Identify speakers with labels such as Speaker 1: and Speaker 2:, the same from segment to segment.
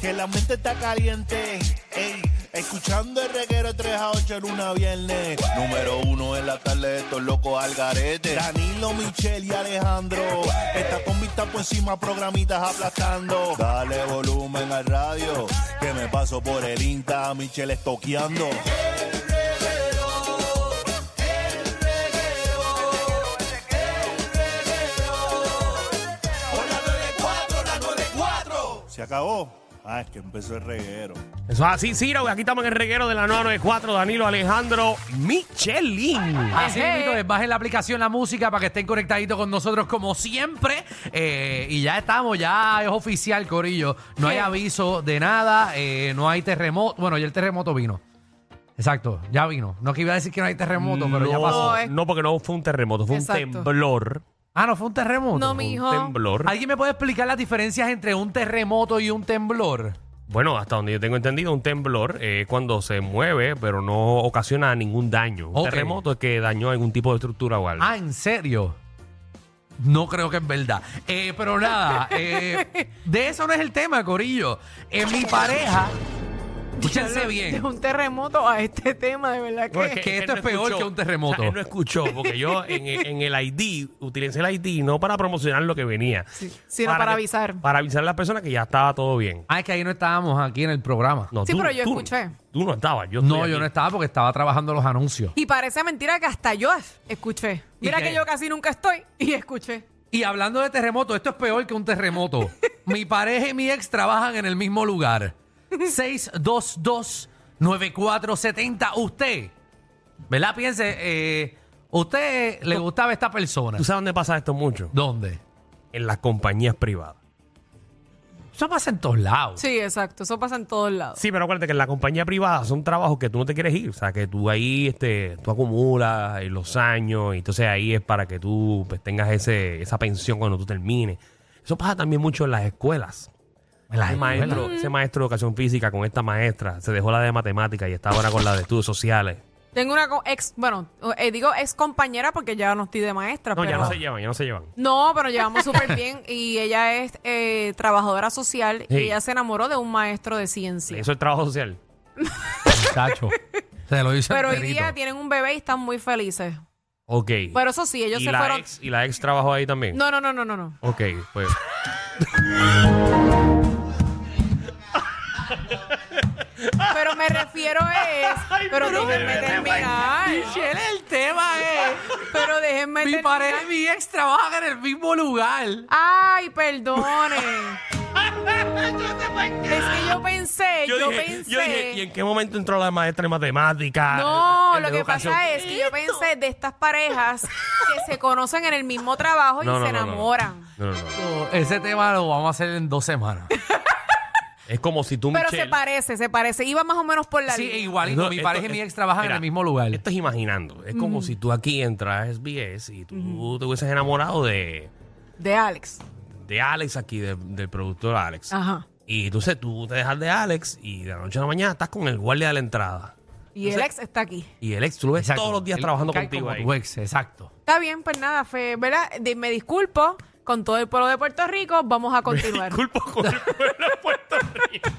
Speaker 1: que la mente está caliente. Ey, escuchando el reguero 3 a 8 el una a viernes.
Speaker 2: Número uno en la tarde de estos locos al garete.
Speaker 1: Danilo, Michelle y Alejandro. Está con vista por encima, programitas aplastando.
Speaker 2: Dale volumen al radio, que me paso por el Insta, Michelle estoqueando.
Speaker 1: Se acabó. Ah, es que empezó el reguero.
Speaker 3: Eso es así, Ciro. Aquí estamos en el reguero de la 994, Danilo Alejandro Michelin.
Speaker 4: Así mismo es, bajen la aplicación La Música para que estén conectaditos con nosotros como siempre. Eh, y ya estamos, ya es oficial, Corillo. No hay aviso de nada, eh, no hay terremoto. Bueno, ya el terremoto vino. Exacto, ya vino. No que iba a decir que no hay terremoto, pero ya pasó.
Speaker 3: No, no, porque no fue un terremoto, fue
Speaker 5: Exacto.
Speaker 3: un temblor.
Speaker 4: Ah, no, fue un terremoto.
Speaker 5: No,
Speaker 3: Un
Speaker 5: mijo.
Speaker 3: temblor.
Speaker 4: ¿Alguien me puede explicar las diferencias entre un terremoto y un temblor?
Speaker 3: Bueno, hasta donde yo tengo entendido, un temblor eh, es cuando se mueve, pero no ocasiona ningún daño. Un
Speaker 4: Ok.
Speaker 3: terremoto es que dañó algún tipo de estructura o algo.
Speaker 4: Ah, ¿en serio? No creo que es verdad. Eh, pero nada, eh, de eso no es el tema, Corillo. En mi pareja, escúchense
Speaker 5: De
Speaker 4: bien.
Speaker 5: un terremoto a este tema, de verdad
Speaker 3: No, es
Speaker 5: que.
Speaker 4: que
Speaker 3: él
Speaker 4: esto
Speaker 3: no
Speaker 4: es peor que un terremoto.
Speaker 3: O sea, él no escuchó, porque yo en, en el ID, utilicé el ID no para promocionar lo que venía,
Speaker 5: sino para
Speaker 3: que-
Speaker 5: avisar.
Speaker 3: Para avisar a las personas que ya estaba todo bien.
Speaker 4: Ah, es que ahí no estábamos aquí en el programa.
Speaker 3: No,
Speaker 5: Sí, pero yo
Speaker 3: tú-
Speaker 5: escuché.
Speaker 3: Tú no estabas. Yo
Speaker 4: No,
Speaker 3: estoy
Speaker 4: yo no
Speaker 3: aquí.
Speaker 4: estaba porque estaba trabajando los anuncios.
Speaker 5: Y parece mentira que hasta yo escuché.
Speaker 4: ¿Y
Speaker 5: Mira
Speaker 4: qué?
Speaker 5: que yo casi nunca estoy y escuché.
Speaker 4: Y hablando de terremoto, esto es peor que un terremoto. mi pareja y mi ex trabajan en el mismo lugar. 622-9470. Usted, ¿verdad? Piense, eh, ¿usted le gustaba esta persona?
Speaker 3: ¿Tú sabes dónde pasa esto mucho?
Speaker 4: ¿Dónde?
Speaker 3: En las compañías privadas.
Speaker 4: Eso pasa en todos lados.
Speaker 5: Sí, exacto. Eso pasa en todos lados.
Speaker 3: Sí, pero acuérdate que en la compañía privada son trabajos que tú no te quieres ir. O sea, que tú ahí este, tú acumulas eh, los años y entonces ahí es para que tú pues, tengas ese, esa pensión cuando tú termines. Eso pasa también mucho en las escuelas.
Speaker 4: En las
Speaker 3: Ese maestro, ese maestro de educación física con esta maestra se dejó la de matemáticas y está ahora con la de estudios sociales.
Speaker 5: Tengo una co- ex, bueno, eh, digo ex compañera porque ya no estoy de maestra,
Speaker 3: No,
Speaker 5: pero.
Speaker 3: ya no se llevan, ya no se llevan.
Speaker 5: No, pero llevamos súper bien y ella es eh, trabajadora social
Speaker 3: Sí.
Speaker 5: y ella se enamoró de un maestro de ciencia.
Speaker 3: Eso es trabajo social.
Speaker 4: Muchacho. Se lo dice
Speaker 5: Pero hoy
Speaker 4: enterito.
Speaker 5: día tienen un bebé y están muy felices.
Speaker 3: Ok.
Speaker 5: Pero eso sí, ellos
Speaker 3: y,
Speaker 5: se
Speaker 3: la
Speaker 5: fueron.
Speaker 3: ex, y la ex trabajó ahí también.
Speaker 5: No, no, no, no, no, no.
Speaker 3: Ok, pues.
Speaker 5: Pero me refiero es. pero déjenme terminar.
Speaker 4: Michelle, el tema es.
Speaker 5: Pero déjenme
Speaker 4: Mi
Speaker 5: terminar.
Speaker 4: pareja y mi ex trabajan en el mismo lugar.
Speaker 5: Ay, perdonen. es que yo pensé, yo, pensé.
Speaker 3: yo dije, ¿y en qué momento entró la maestra de matemáticas?
Speaker 5: no,
Speaker 3: El de
Speaker 5: lo que
Speaker 3: educación?
Speaker 5: pasa es que yo pensé de estas parejas que se conocen en el mismo trabajo y
Speaker 3: No, no,
Speaker 5: se
Speaker 3: no, no, no.
Speaker 5: enamoran.
Speaker 3: No, no, no.
Speaker 4: Ese tema lo vamos a hacer en dos semanas.
Speaker 3: Es como si tú,
Speaker 5: Pero
Speaker 3: Michelle...
Speaker 5: se parece, se parece. Iba más o menos por la
Speaker 4: Sí,
Speaker 5: línea.
Speaker 4: igualito.
Speaker 3: Esto-
Speaker 4: mi
Speaker 3: esto-
Speaker 4: pareja y mi ex trabajan
Speaker 3: mira,
Speaker 4: en el mismo lugar.
Speaker 3: Estás imaginando. Es como si tú aquí entras a SBS y tú te hubieses enamorado de,
Speaker 5: De Alex.
Speaker 3: de Alex aquí, de- del productor Alex.
Speaker 5: Ajá.
Speaker 3: Y entonces tú te dejas de Alex y de la noche a la mañana estás con el guardia de la entrada.
Speaker 5: Y el ex está aquí.
Speaker 3: Y el ex, tú lo ves
Speaker 4: Exacto.
Speaker 3: todos los días
Speaker 4: Él
Speaker 3: trabajando
Speaker 4: cae
Speaker 3: contigo
Speaker 4: como
Speaker 3: ahí.
Speaker 4: tu ex, exacto.
Speaker 5: Está bien, pues nada, fe, ¿verdad? De- me disculpo con todo el pueblo de Puerto Rico. Vamos a continuar.
Speaker 3: Disculpa con el pueblo de Puerto Rico.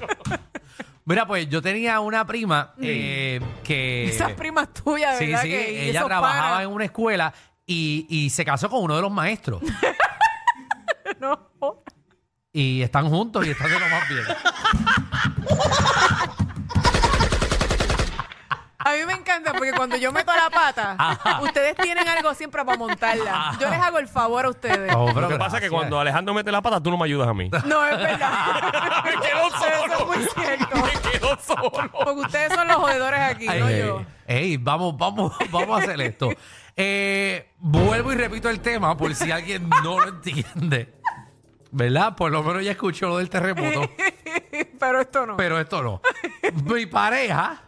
Speaker 4: Mira, pues yo tenía una prima eh, que...
Speaker 5: Esas primas tuyas,
Speaker 4: Sí,
Speaker 5: Mm. ¿verdad?
Speaker 4: sí,
Speaker 5: que, y
Speaker 4: ella
Speaker 5: esos
Speaker 4: trabajaba
Speaker 5: panas.
Speaker 4: en una escuela y, y se casó con uno de los maestros.
Speaker 5: No.
Speaker 4: y están juntos y están de lo más bien.
Speaker 5: A mí me encanta porque cuando yo meto la pata, ustedes tienen algo siempre para montarla. Yo les hago el favor a ustedes.
Speaker 4: No, pero
Speaker 3: Lo que pasa es que
Speaker 4: gracias.
Speaker 3: cuando Alejandro mete la pata, tú no me ayudas a mí.
Speaker 5: No, es verdad.
Speaker 3: Me quedo
Speaker 5: Eso es
Speaker 3: solo.
Speaker 5: muy cierto.
Speaker 3: Me quedo solo.
Speaker 5: Porque ustedes son los jodedores aquí,
Speaker 4: Ay,
Speaker 5: no
Speaker 4: ey,
Speaker 5: yo.
Speaker 4: ey, vamos, vamos, vamos a hacer esto. Eh, vuelvo y repito el tema por si alguien no lo entiende. ¿Verdad? Por lo menos ya escuchó lo del terremoto,
Speaker 5: Pero esto no.
Speaker 4: pero esto no. Mi pareja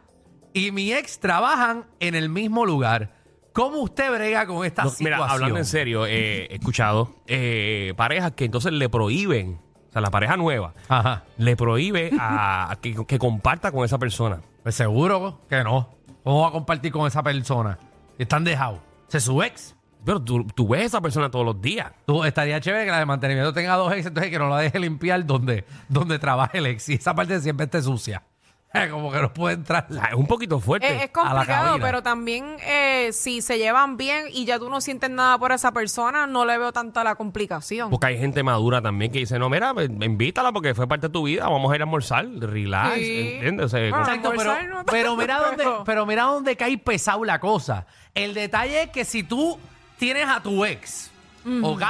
Speaker 4: y mi ex trabajan en el mismo lugar. ¿Cómo usted brega con esta
Speaker 3: No,
Speaker 4: situación?
Speaker 3: mira, hablando en serio, eh, he escuchado eh, parejas que entonces le prohíben, o sea, la pareja nueva,
Speaker 4: Ajá.
Speaker 3: le prohíbe a, a que, que comparta con esa persona.
Speaker 4: Pues seguro que no. ¿Cómo va a compartir con esa persona? Están dejados. ¿Se su ex?
Speaker 3: Pero tú, tú ves a esa persona todos los días.
Speaker 4: Tú, estaría chévere que la de mantenimiento tenga dos ex, entonces que no la deje limpiar donde, donde trabaje el ex. Y esa parte siempre esté sucia. Como que no puede entrar.
Speaker 3: O sea, es un poquito fuerte.
Speaker 5: Es, es
Speaker 4: a la
Speaker 5: complicado,
Speaker 4: cabina.
Speaker 5: pero también eh, si se llevan bien y ya tú no sientes nada por esa persona, no le veo tanta la complicación.
Speaker 3: Ah, Porque hay gente madura también que dice, no, mira, pues, invítala porque fue parte de tu vida, vamos a ir a almorzar, relax,
Speaker 5: Sí. Ah.
Speaker 3: ¿entiendes? O sea,
Speaker 5: Bueno,
Speaker 3: como-
Speaker 4: Exacto, pero,
Speaker 5: almorzar no tanto,
Speaker 4: pero mira dónde,
Speaker 5: pero-
Speaker 4: pero mira dónde cae pesado la cosa. El detalle es que si tú tienes a tu ex, ¿ok?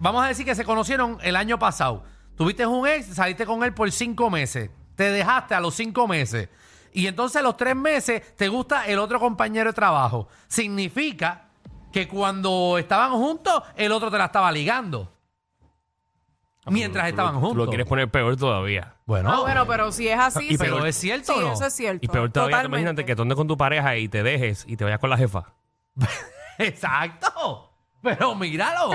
Speaker 4: Vamos a decir que se conocieron el año pasado. Tuviste un ex, saliste con él por cinco meses. Te dejaste a los cinco meses. Y entonces a los tres meses te gusta el otro compañero de trabajo. Significa que cuando estaban juntos, el otro te la estaba ligando. Mientras
Speaker 3: Ah, tú lo-
Speaker 4: estaban
Speaker 3: tú
Speaker 4: juntos.
Speaker 3: Lo quieres poner peor todavía.
Speaker 4: Bueno,
Speaker 5: Ah, bueno, pero si es así,
Speaker 4: Y
Speaker 5: sí.
Speaker 4: pero es cierto,
Speaker 5: Sí,
Speaker 4: ¿no?
Speaker 5: eso es cierto.
Speaker 3: Y peor todavía, te
Speaker 5: Totalmente.
Speaker 3: imagínate que tú andes con tu pareja y te dejes y te vayas con la jefa.
Speaker 4: Exacto. Pero míralo.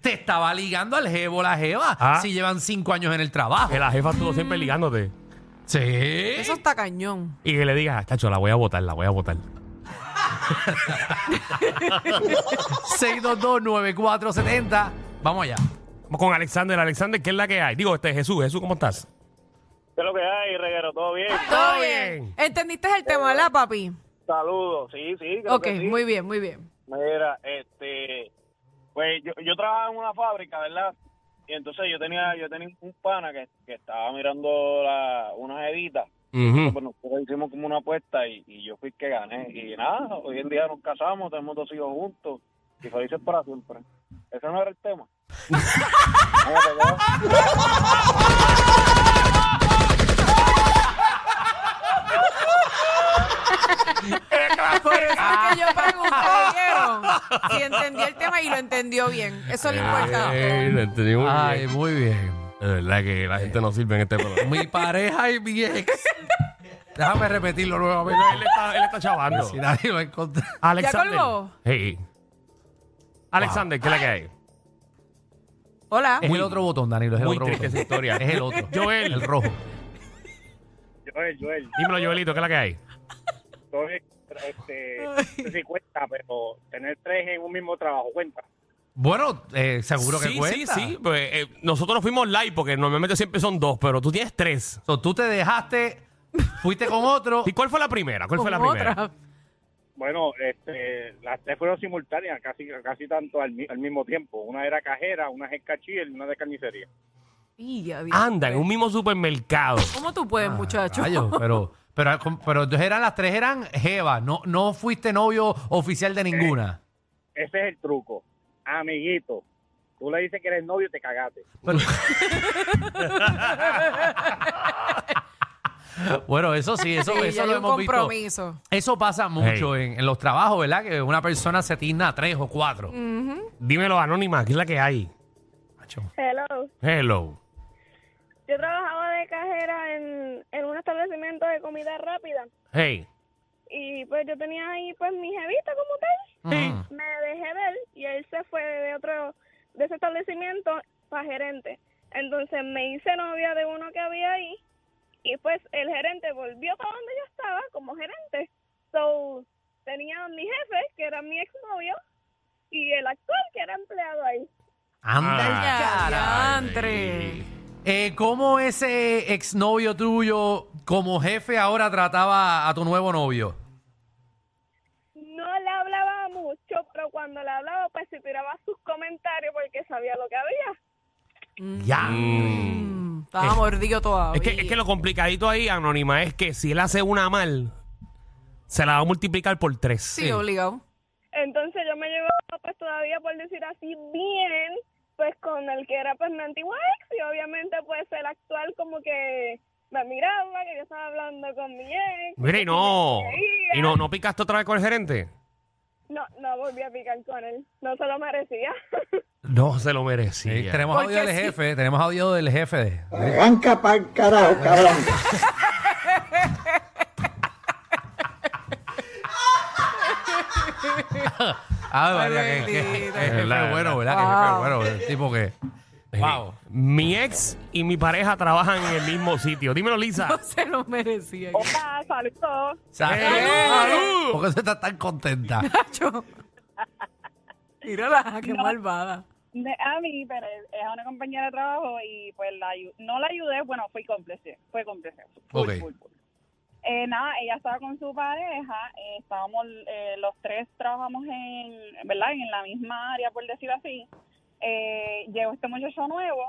Speaker 4: Te estaba ligando al jevo, la jeva.
Speaker 3: Ah.
Speaker 4: Si llevan cinco años en el trabajo.
Speaker 3: Que la jefa estuvo siempre ligándote.
Speaker 4: Sí.
Speaker 5: Eso está cañón.
Speaker 3: Y que le digas, cacho, la voy a votar, la voy a votar.
Speaker 4: 6229470. Vamos allá.
Speaker 3: Vamos con Alexander. Alexander, ¿qué es la que hay? Digo, este Jesús. Jesús, ¿cómo estás?
Speaker 6: ¿Qué es lo que hay, reguero? ¿Todo bien?
Speaker 5: Todo bien. ¿Entendiste el tema, verdad, papi?
Speaker 6: Saludos, sí, sí. creo
Speaker 5: Ok,
Speaker 6: que sí.
Speaker 5: muy bien, muy bien.
Speaker 6: Mira, este, pues yo, yo trabajaba en una fábrica, ¿verdad? Y entonces yo tenía yo tenía un pana que, que estaba mirando la, unas editas.
Speaker 3: Ujú.
Speaker 5: Mm.
Speaker 6: Pues nosotros hicimos como una apuesta y, y yo fui el que gané. Y nada, hoy en día nos casamos, tenemos dos hijos juntos y felices para siempre. Ese no era el tema. Mira, te quedas-
Speaker 5: Por eso es que yo pregunté, ¿vieron? Si entendí el tema y lo entendió bien. Eso
Speaker 3: Eh,
Speaker 5: le importa.
Speaker 3: Ey, lo entendí muy
Speaker 4: Ay,
Speaker 3: bien.
Speaker 4: muy bien.
Speaker 3: De verdad que la gente no sirve en este programa.
Speaker 4: Mi pareja y mi ex. Déjame repetirlo nuevamente.
Speaker 3: él, está, él está chavando.
Speaker 4: Si nadie lo encuentra.
Speaker 3: Alexander.
Speaker 5: colgó?
Speaker 3: Hey. Alexander, ¿qué es la que hay?
Speaker 5: Hola.
Speaker 4: Es el otro botón, Danilo. Es el
Speaker 3: Muy
Speaker 4: otro
Speaker 3: triste
Speaker 4: botón.
Speaker 3: esa historia.
Speaker 4: Es el otro.
Speaker 3: Joel.
Speaker 4: El rojo.
Speaker 6: Joel, Joel,
Speaker 3: Dímelo, Joelito, ¿qué es la que hay?
Speaker 6: todo es- este, no sé si cuenta, pero tener tres en un mismo trabajo cuenta.
Speaker 4: Bueno, eh, seguro que
Speaker 3: sí,
Speaker 4: cuenta.
Speaker 3: Sí, sí, pues, eh, nosotros nos fuimos live porque normalmente siempre son dos, pero tú tienes tres.
Speaker 4: So, tú te dejaste, fuiste con otro.
Speaker 3: ¿Y cuál fue la primera? ¿Cuál fue la
Speaker 5: Con
Speaker 3: primera?
Speaker 5: otra.
Speaker 6: Bueno, este, las tres fueron simultáneas, casi casi tanto al, mi- al mismo tiempo. Una era cajera, una es cachiller y una de carnicería.
Speaker 5: Y ya, Dios
Speaker 3: Anda, en
Speaker 5: mío.
Speaker 3: un Ah, mismo supermercado.
Speaker 5: ¿Cómo tú puedes, muchacho?
Speaker 4: Rayos, pero, pero, ah, pero entonces eran las tres, eran Jeva. No, no fuiste novio oficial de ninguna.
Speaker 6: Ese es el truco. Amiguito, tú le dices que eres novio y te cagaste.
Speaker 4: Pero- bueno, eso sí, eso,
Speaker 5: Sí,
Speaker 4: eso
Speaker 5: ya
Speaker 4: lo
Speaker 5: hay un
Speaker 4: hemos visto.
Speaker 5: compromiso.
Speaker 4: Eso pasa mucho en, en los trabajos, ¿verdad? Que una persona se tina tres o cuatro.
Speaker 5: Mm.
Speaker 3: Dímelo, Anónima, ¿qué es la que hay?
Speaker 7: Hello.
Speaker 3: Hello.
Speaker 7: Yo trabajaba de cajera en, en un establecimiento de comida rápida
Speaker 3: Hey.
Speaker 7: y pues yo tenía ahí pues mi jevita como tal.
Speaker 4: Ujú.
Speaker 7: Me dejé ver y él se fue de otro, de ese establecimiento para gerente. Entonces me hice novia de uno que había ahí y pues el gerente volvió para donde yo estaba como gerente. So tenía a mi jefe que era mi exnovio y el actual que era empleado ahí.
Speaker 4: Anda
Speaker 3: Ah,
Speaker 4: el
Speaker 5: Ya,
Speaker 4: cara.
Speaker 5: diantre.
Speaker 4: Eh, ¿Cómo ese exnovio tuyo como jefe ahora trataba a tu nuevo novio?
Speaker 7: No le hablaba mucho, pero cuando le hablaba, pues se tiraba sus comentarios porque sabía lo que había.
Speaker 4: Ya.
Speaker 5: Mm, Estaba mordido todavía.
Speaker 3: Es que, es que lo complicadito ahí, Anónima, es que si él hace una mal, se la va a multiplicar por tres.
Speaker 5: Sí, obligado.
Speaker 7: Entonces yo me llevaba, pues todavía por decir así, bien, pues con el que era pues mi antigua ex, y obviamente pues el actual como que me miraba, que yo estaba hablando con mi ex.
Speaker 3: Mira, y no. ¿Y no, no picaste otra vez con el gerente?
Speaker 7: No, no volví a picar con él, no se lo merecía.
Speaker 3: No se lo
Speaker 4: Sí,
Speaker 3: merecía.
Speaker 4: tenemos
Speaker 5: Porque
Speaker 4: audio del
Speaker 5: sí.
Speaker 4: jefe, tenemos audio del jefe. de-
Speaker 8: Arranca pa'l carajo, cabrón.
Speaker 4: Ah,
Speaker 5: Ay,
Speaker 4: María, que, que- que-
Speaker 5: bendito.
Speaker 4: que jefe
Speaker 3: Verdad,
Speaker 4: bueno, ¿verdad?
Speaker 5: Wow.
Speaker 4: Que jefe bueno, el tipo que...
Speaker 3: Eh,
Speaker 4: Wow.
Speaker 3: Mi ex y mi pareja trabajan en el mismo sitio. Dímelo, Lisa.
Speaker 5: No se lo merecía.
Speaker 7: Hola, saludos.
Speaker 4: ¿Sabes?
Speaker 3: ¡Salud!
Speaker 4: ¿Por qué tú estás tan contenta?
Speaker 5: Cacho. Mírala, qué malvada.
Speaker 7: De- a mí, pero es es una compañera de trabajo y pues la ayu- no la ayudé, bueno, fui cómplice, fue cómplice. Full,
Speaker 4: Ok.
Speaker 7: full, full. Eh, nada, ella estaba con su pareja, eh, estábamos, eh, los tres trabajamos en, ¿verdad? En la misma área, por decir así. Eh, llegó este muchacho nuevo,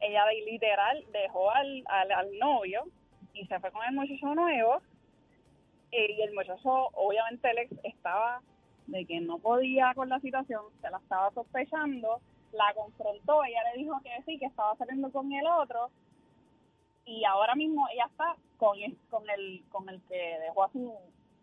Speaker 7: ella de- literal dejó al, al, al novio y se fue con el muchacho nuevo. Eh, y el muchacho, obviamente, el ex estaba de que no podía con la situación, se la estaba sospechando, la confrontó, ella le dijo que sí, que estaba saliendo con el otro y ahora mismo ella está con el, con el, con el que dejó a su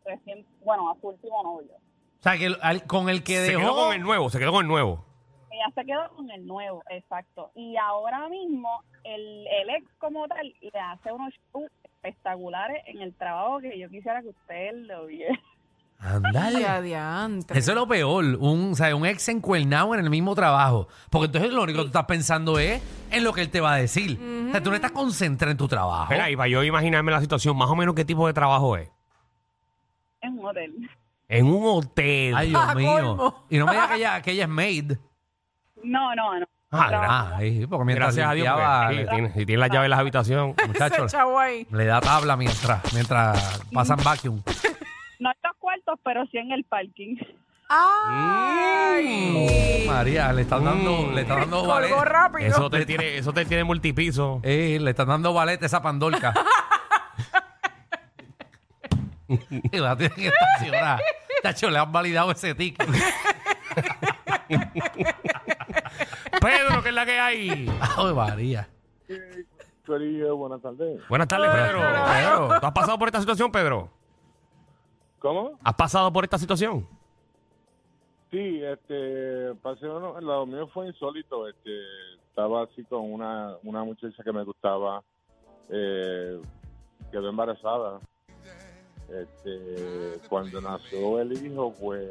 Speaker 7: recién, bueno, a su último novio.
Speaker 4: O sea, que el- al- con el que
Speaker 3: se
Speaker 4: dejó.
Speaker 3: quedó con el nuevo, se quedó con el nuevo.
Speaker 7: Ella se quedó con el nuevo, exacto. Y ahora mismo el, el ex como tal le hace unos shows espectaculares en el trabajo que yo quisiera que usted lo viera.
Speaker 4: Ándale.
Speaker 5: Ya diantre.
Speaker 4: Eso es lo peor, un, o sea, un ex encuernado en el mismo trabajo. Porque entonces lo único que tú estás pensando es en lo que él te va a decir. O sea, tú no estás concentrado en tu trabajo.
Speaker 3: Espera, y para yo imaginarme la situación, más o menos qué tipo de trabajo es.
Speaker 7: Es un hotel.
Speaker 3: En un hotel.
Speaker 4: Ay, Dios
Speaker 5: Ah,
Speaker 4: mío.
Speaker 5: colmo.
Speaker 4: Y no me digas que ella, que ella es maid.
Speaker 7: No, no, no.
Speaker 3: Ah,
Speaker 4: Ah, ay, porque mientras
Speaker 3: gracias a Dios.
Speaker 4: limpiaba,
Speaker 3: porque, sí, tiene- si tiene la llave de la habitación.
Speaker 4: muchacho,
Speaker 5: Ese chavo ahí.
Speaker 4: le da tabla mientras, mientras pasan vacuum.
Speaker 7: No en los cuartos, pero sí en el parking.
Speaker 5: ¡Ay!
Speaker 4: Oh, María, le están dando,
Speaker 3: Mm.
Speaker 4: le están dando ballet.
Speaker 5: Colgó rápido.
Speaker 3: Eso te tiene, eso te tiene multipiso.
Speaker 4: Eh, le están dando ballet a esa pandorca. y la tienen que estacionar. Tacho, le han validado ese ticket.
Speaker 3: Pedro, que es la que hay.
Speaker 4: Ay, María.
Speaker 8: Corillo, buenas tardes.
Speaker 3: Buenas tardes, Pedro.
Speaker 4: Pedro.
Speaker 3: ¿Tú has pasado por esta situación, Pedro?
Speaker 8: ¿Cómo?
Speaker 3: ¿Has pasado por esta situación?
Speaker 8: Sí, este, pasé uno- lo mío fue insólito, este, estaba así con una, una muchacha que me gustaba, eh, quedó embarazada. Este, cuando nació el hijo, pues,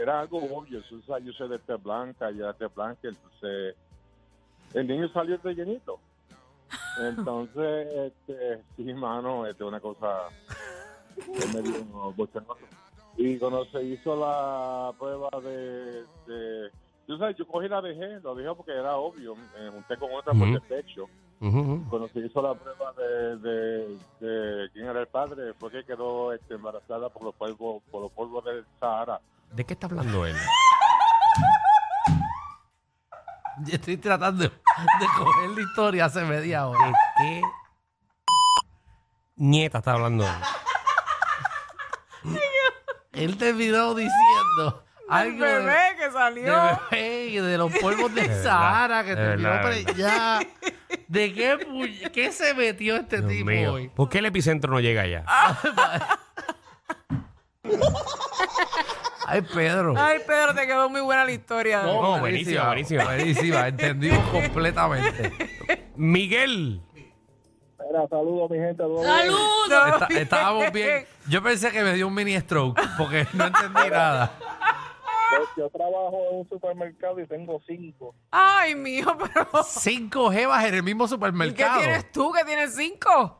Speaker 8: era algo obvio, o sea, yo soy de tez blanca, ella es de tez blanca, entonces, el niño salió de llenito. Entonces, este, sí, mano, este, una cosa, es medio bochornoso y cuando se hizo la prueba de, de- yo sabes yo cogí la dejé lo dejé porque era obvio me junté con otra por
Speaker 3: Ujú.
Speaker 8: despecho cuando se hizo la prueba de, de, de quién era el padre fue que quedó este, embarazada por los polvos por los polvos del Sahara
Speaker 3: ¿De qué está hablando él?
Speaker 4: Yo estoy tratando de coger la historia hace media hora.
Speaker 3: ¿De qué nieta está hablando él?
Speaker 4: Él terminó diciendo
Speaker 5: El
Speaker 4: algo de-
Speaker 5: bebé que salió.
Speaker 4: de bebé y de los polvos del
Speaker 3: verdad,
Speaker 4: Sahara que
Speaker 3: de
Speaker 4: terminó
Speaker 3: verdad, de
Speaker 4: preñada. ¿De qué, pu- qué se metió este
Speaker 3: Dios
Speaker 4: tipo
Speaker 3: mío.
Speaker 4: hoy?
Speaker 3: ¿Por qué el epicentro no llega allá?
Speaker 4: Ay, Pedro.
Speaker 5: Ay, Pedro, te quedó muy buena la historia.
Speaker 3: No, buenísima, buenísima.
Speaker 4: Buenísima, entendimos completamente.
Speaker 3: Miguel.
Speaker 8: era saludos mi gente
Speaker 5: ¡Saludos!
Speaker 4: Está- estábamos bien. Yo pensé que me dio un mini stroke porque no entendí nada.
Speaker 8: yo trabajo en un supermercado y tengo cinco
Speaker 5: Ay, mijo, pero...
Speaker 4: Cinco jevas en el mismo
Speaker 5: ¿Y qué
Speaker 4: supermercado.
Speaker 5: tienes tú que tienes cinco?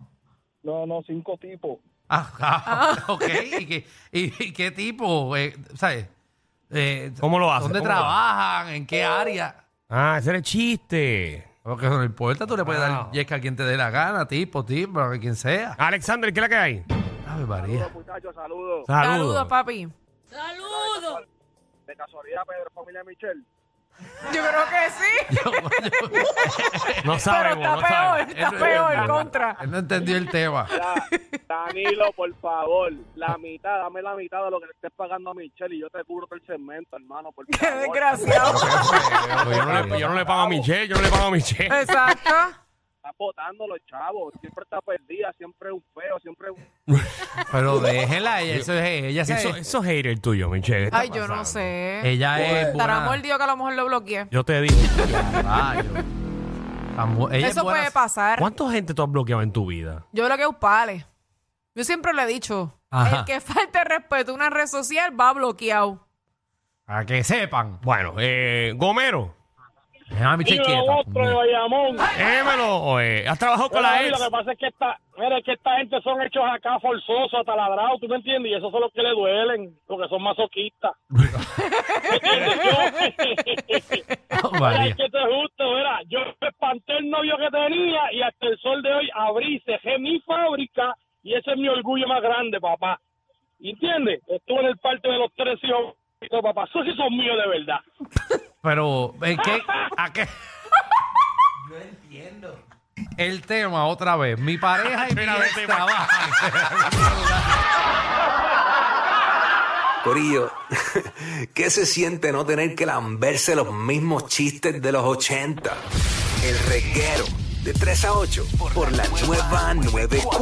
Speaker 8: no no cinco tipos
Speaker 4: Ajá, Ah,
Speaker 5: Ah.
Speaker 4: ok. ¿Y qué, y- y qué tipo? Eh, ¿Sabes? Eh,
Speaker 3: ¿Cómo lo hace?
Speaker 4: ¿Dónde
Speaker 3: ¿Cómo lo
Speaker 4: trabajan? ¿En qué área?
Speaker 3: Ah, ese era el chiste.
Speaker 4: Porque eso no importa, tú le puedes
Speaker 3: Wow.
Speaker 4: dar yesca a quien te dé la gana, tipo, tipo, a quien sea.
Speaker 3: Alexander, ¿qué es la que hay?
Speaker 4: Ave María.
Speaker 8: muchachos saludos
Speaker 5: Saludos, papi.
Speaker 8: de casualidad Pedro familia Michelle
Speaker 5: Yo creo que sí.
Speaker 3: No sabemos,
Speaker 5: pero está
Speaker 3: no
Speaker 5: peor,
Speaker 3: sabemos.
Speaker 5: está peor, contra.
Speaker 4: Él no entendió el tema.
Speaker 8: Danilo, por favor, la mitad, dame la mitad de lo que le estés pagando a Michelle y yo te cubro todo el segmento, hermano, por
Speaker 5: Qué
Speaker 8: favor.
Speaker 5: desgraciado.
Speaker 3: Pues Yo no, le, yo no le pago a Michelle, yo no le pago a
Speaker 4: pues,
Speaker 3: Michelle.
Speaker 5: Exacto.
Speaker 8: Estás botando los chavos, siempre está perdida, siempre es un feo, siempre es un...
Speaker 4: Pero déjela, ella, eso es ella. se-
Speaker 3: Eso, eso es hater tuyo, Michelle. ¿Qué está
Speaker 5: eh, Ay, yo no
Speaker 3: pasando?
Speaker 5: sé.
Speaker 4: ella es
Speaker 5: Estará
Speaker 4: buena.
Speaker 5: mordido que a lo mejor lo bloqueé.
Speaker 3: Yo te dije.
Speaker 4: Rayo. Tan bu- ella es
Speaker 5: Eso
Speaker 4: buena-
Speaker 5: puede pasar.
Speaker 3: ¿Cuánta gente tú has bloqueado en tu vida?
Speaker 5: Yo bloqueo pales. Yo siempre le he dicho,
Speaker 4: Ajá.
Speaker 5: el que falte respeto a una red social va bloqueado.
Speaker 4: A que sepan.
Speaker 3: Bueno, eh, Gomero.
Speaker 4: Déjame mi
Speaker 6: Y lo
Speaker 4: chequeta.
Speaker 6: otro de Bayamón.
Speaker 3: Démelo, oye. eh, ¿Has trabajado con la
Speaker 6: Mira,
Speaker 3: ex?
Speaker 6: Lo que pasa es que esta, mira, es que esta gente son hechos acá forzosos, taladrados, ¿tú me entiendes? Y esos son los que le duelen, porque son masoquistas. Mira,
Speaker 4: María.
Speaker 6: es que esto es justo, mira, yo me espanté el novio que tenía y hasta el sol de hoy abrí, cejé mi fábrica y ese es mi orgullo más grande, papá. ¿Entiendes? Estuve en el parte de los tres hijos, papá. Esos sí son míos de verdad.
Speaker 4: Pero, ¿en qué? ¿A qué? No entiendo. El tema, otra vez. Mi pareja y mi
Speaker 3: Espérame,
Speaker 4: ex
Speaker 3: tema.
Speaker 4: trabajan.
Speaker 9: Corillo, ¿qué se siente no tener que lamberse los mismos chistes de los 80? El reguero de 3 a 8 por la nueva 94.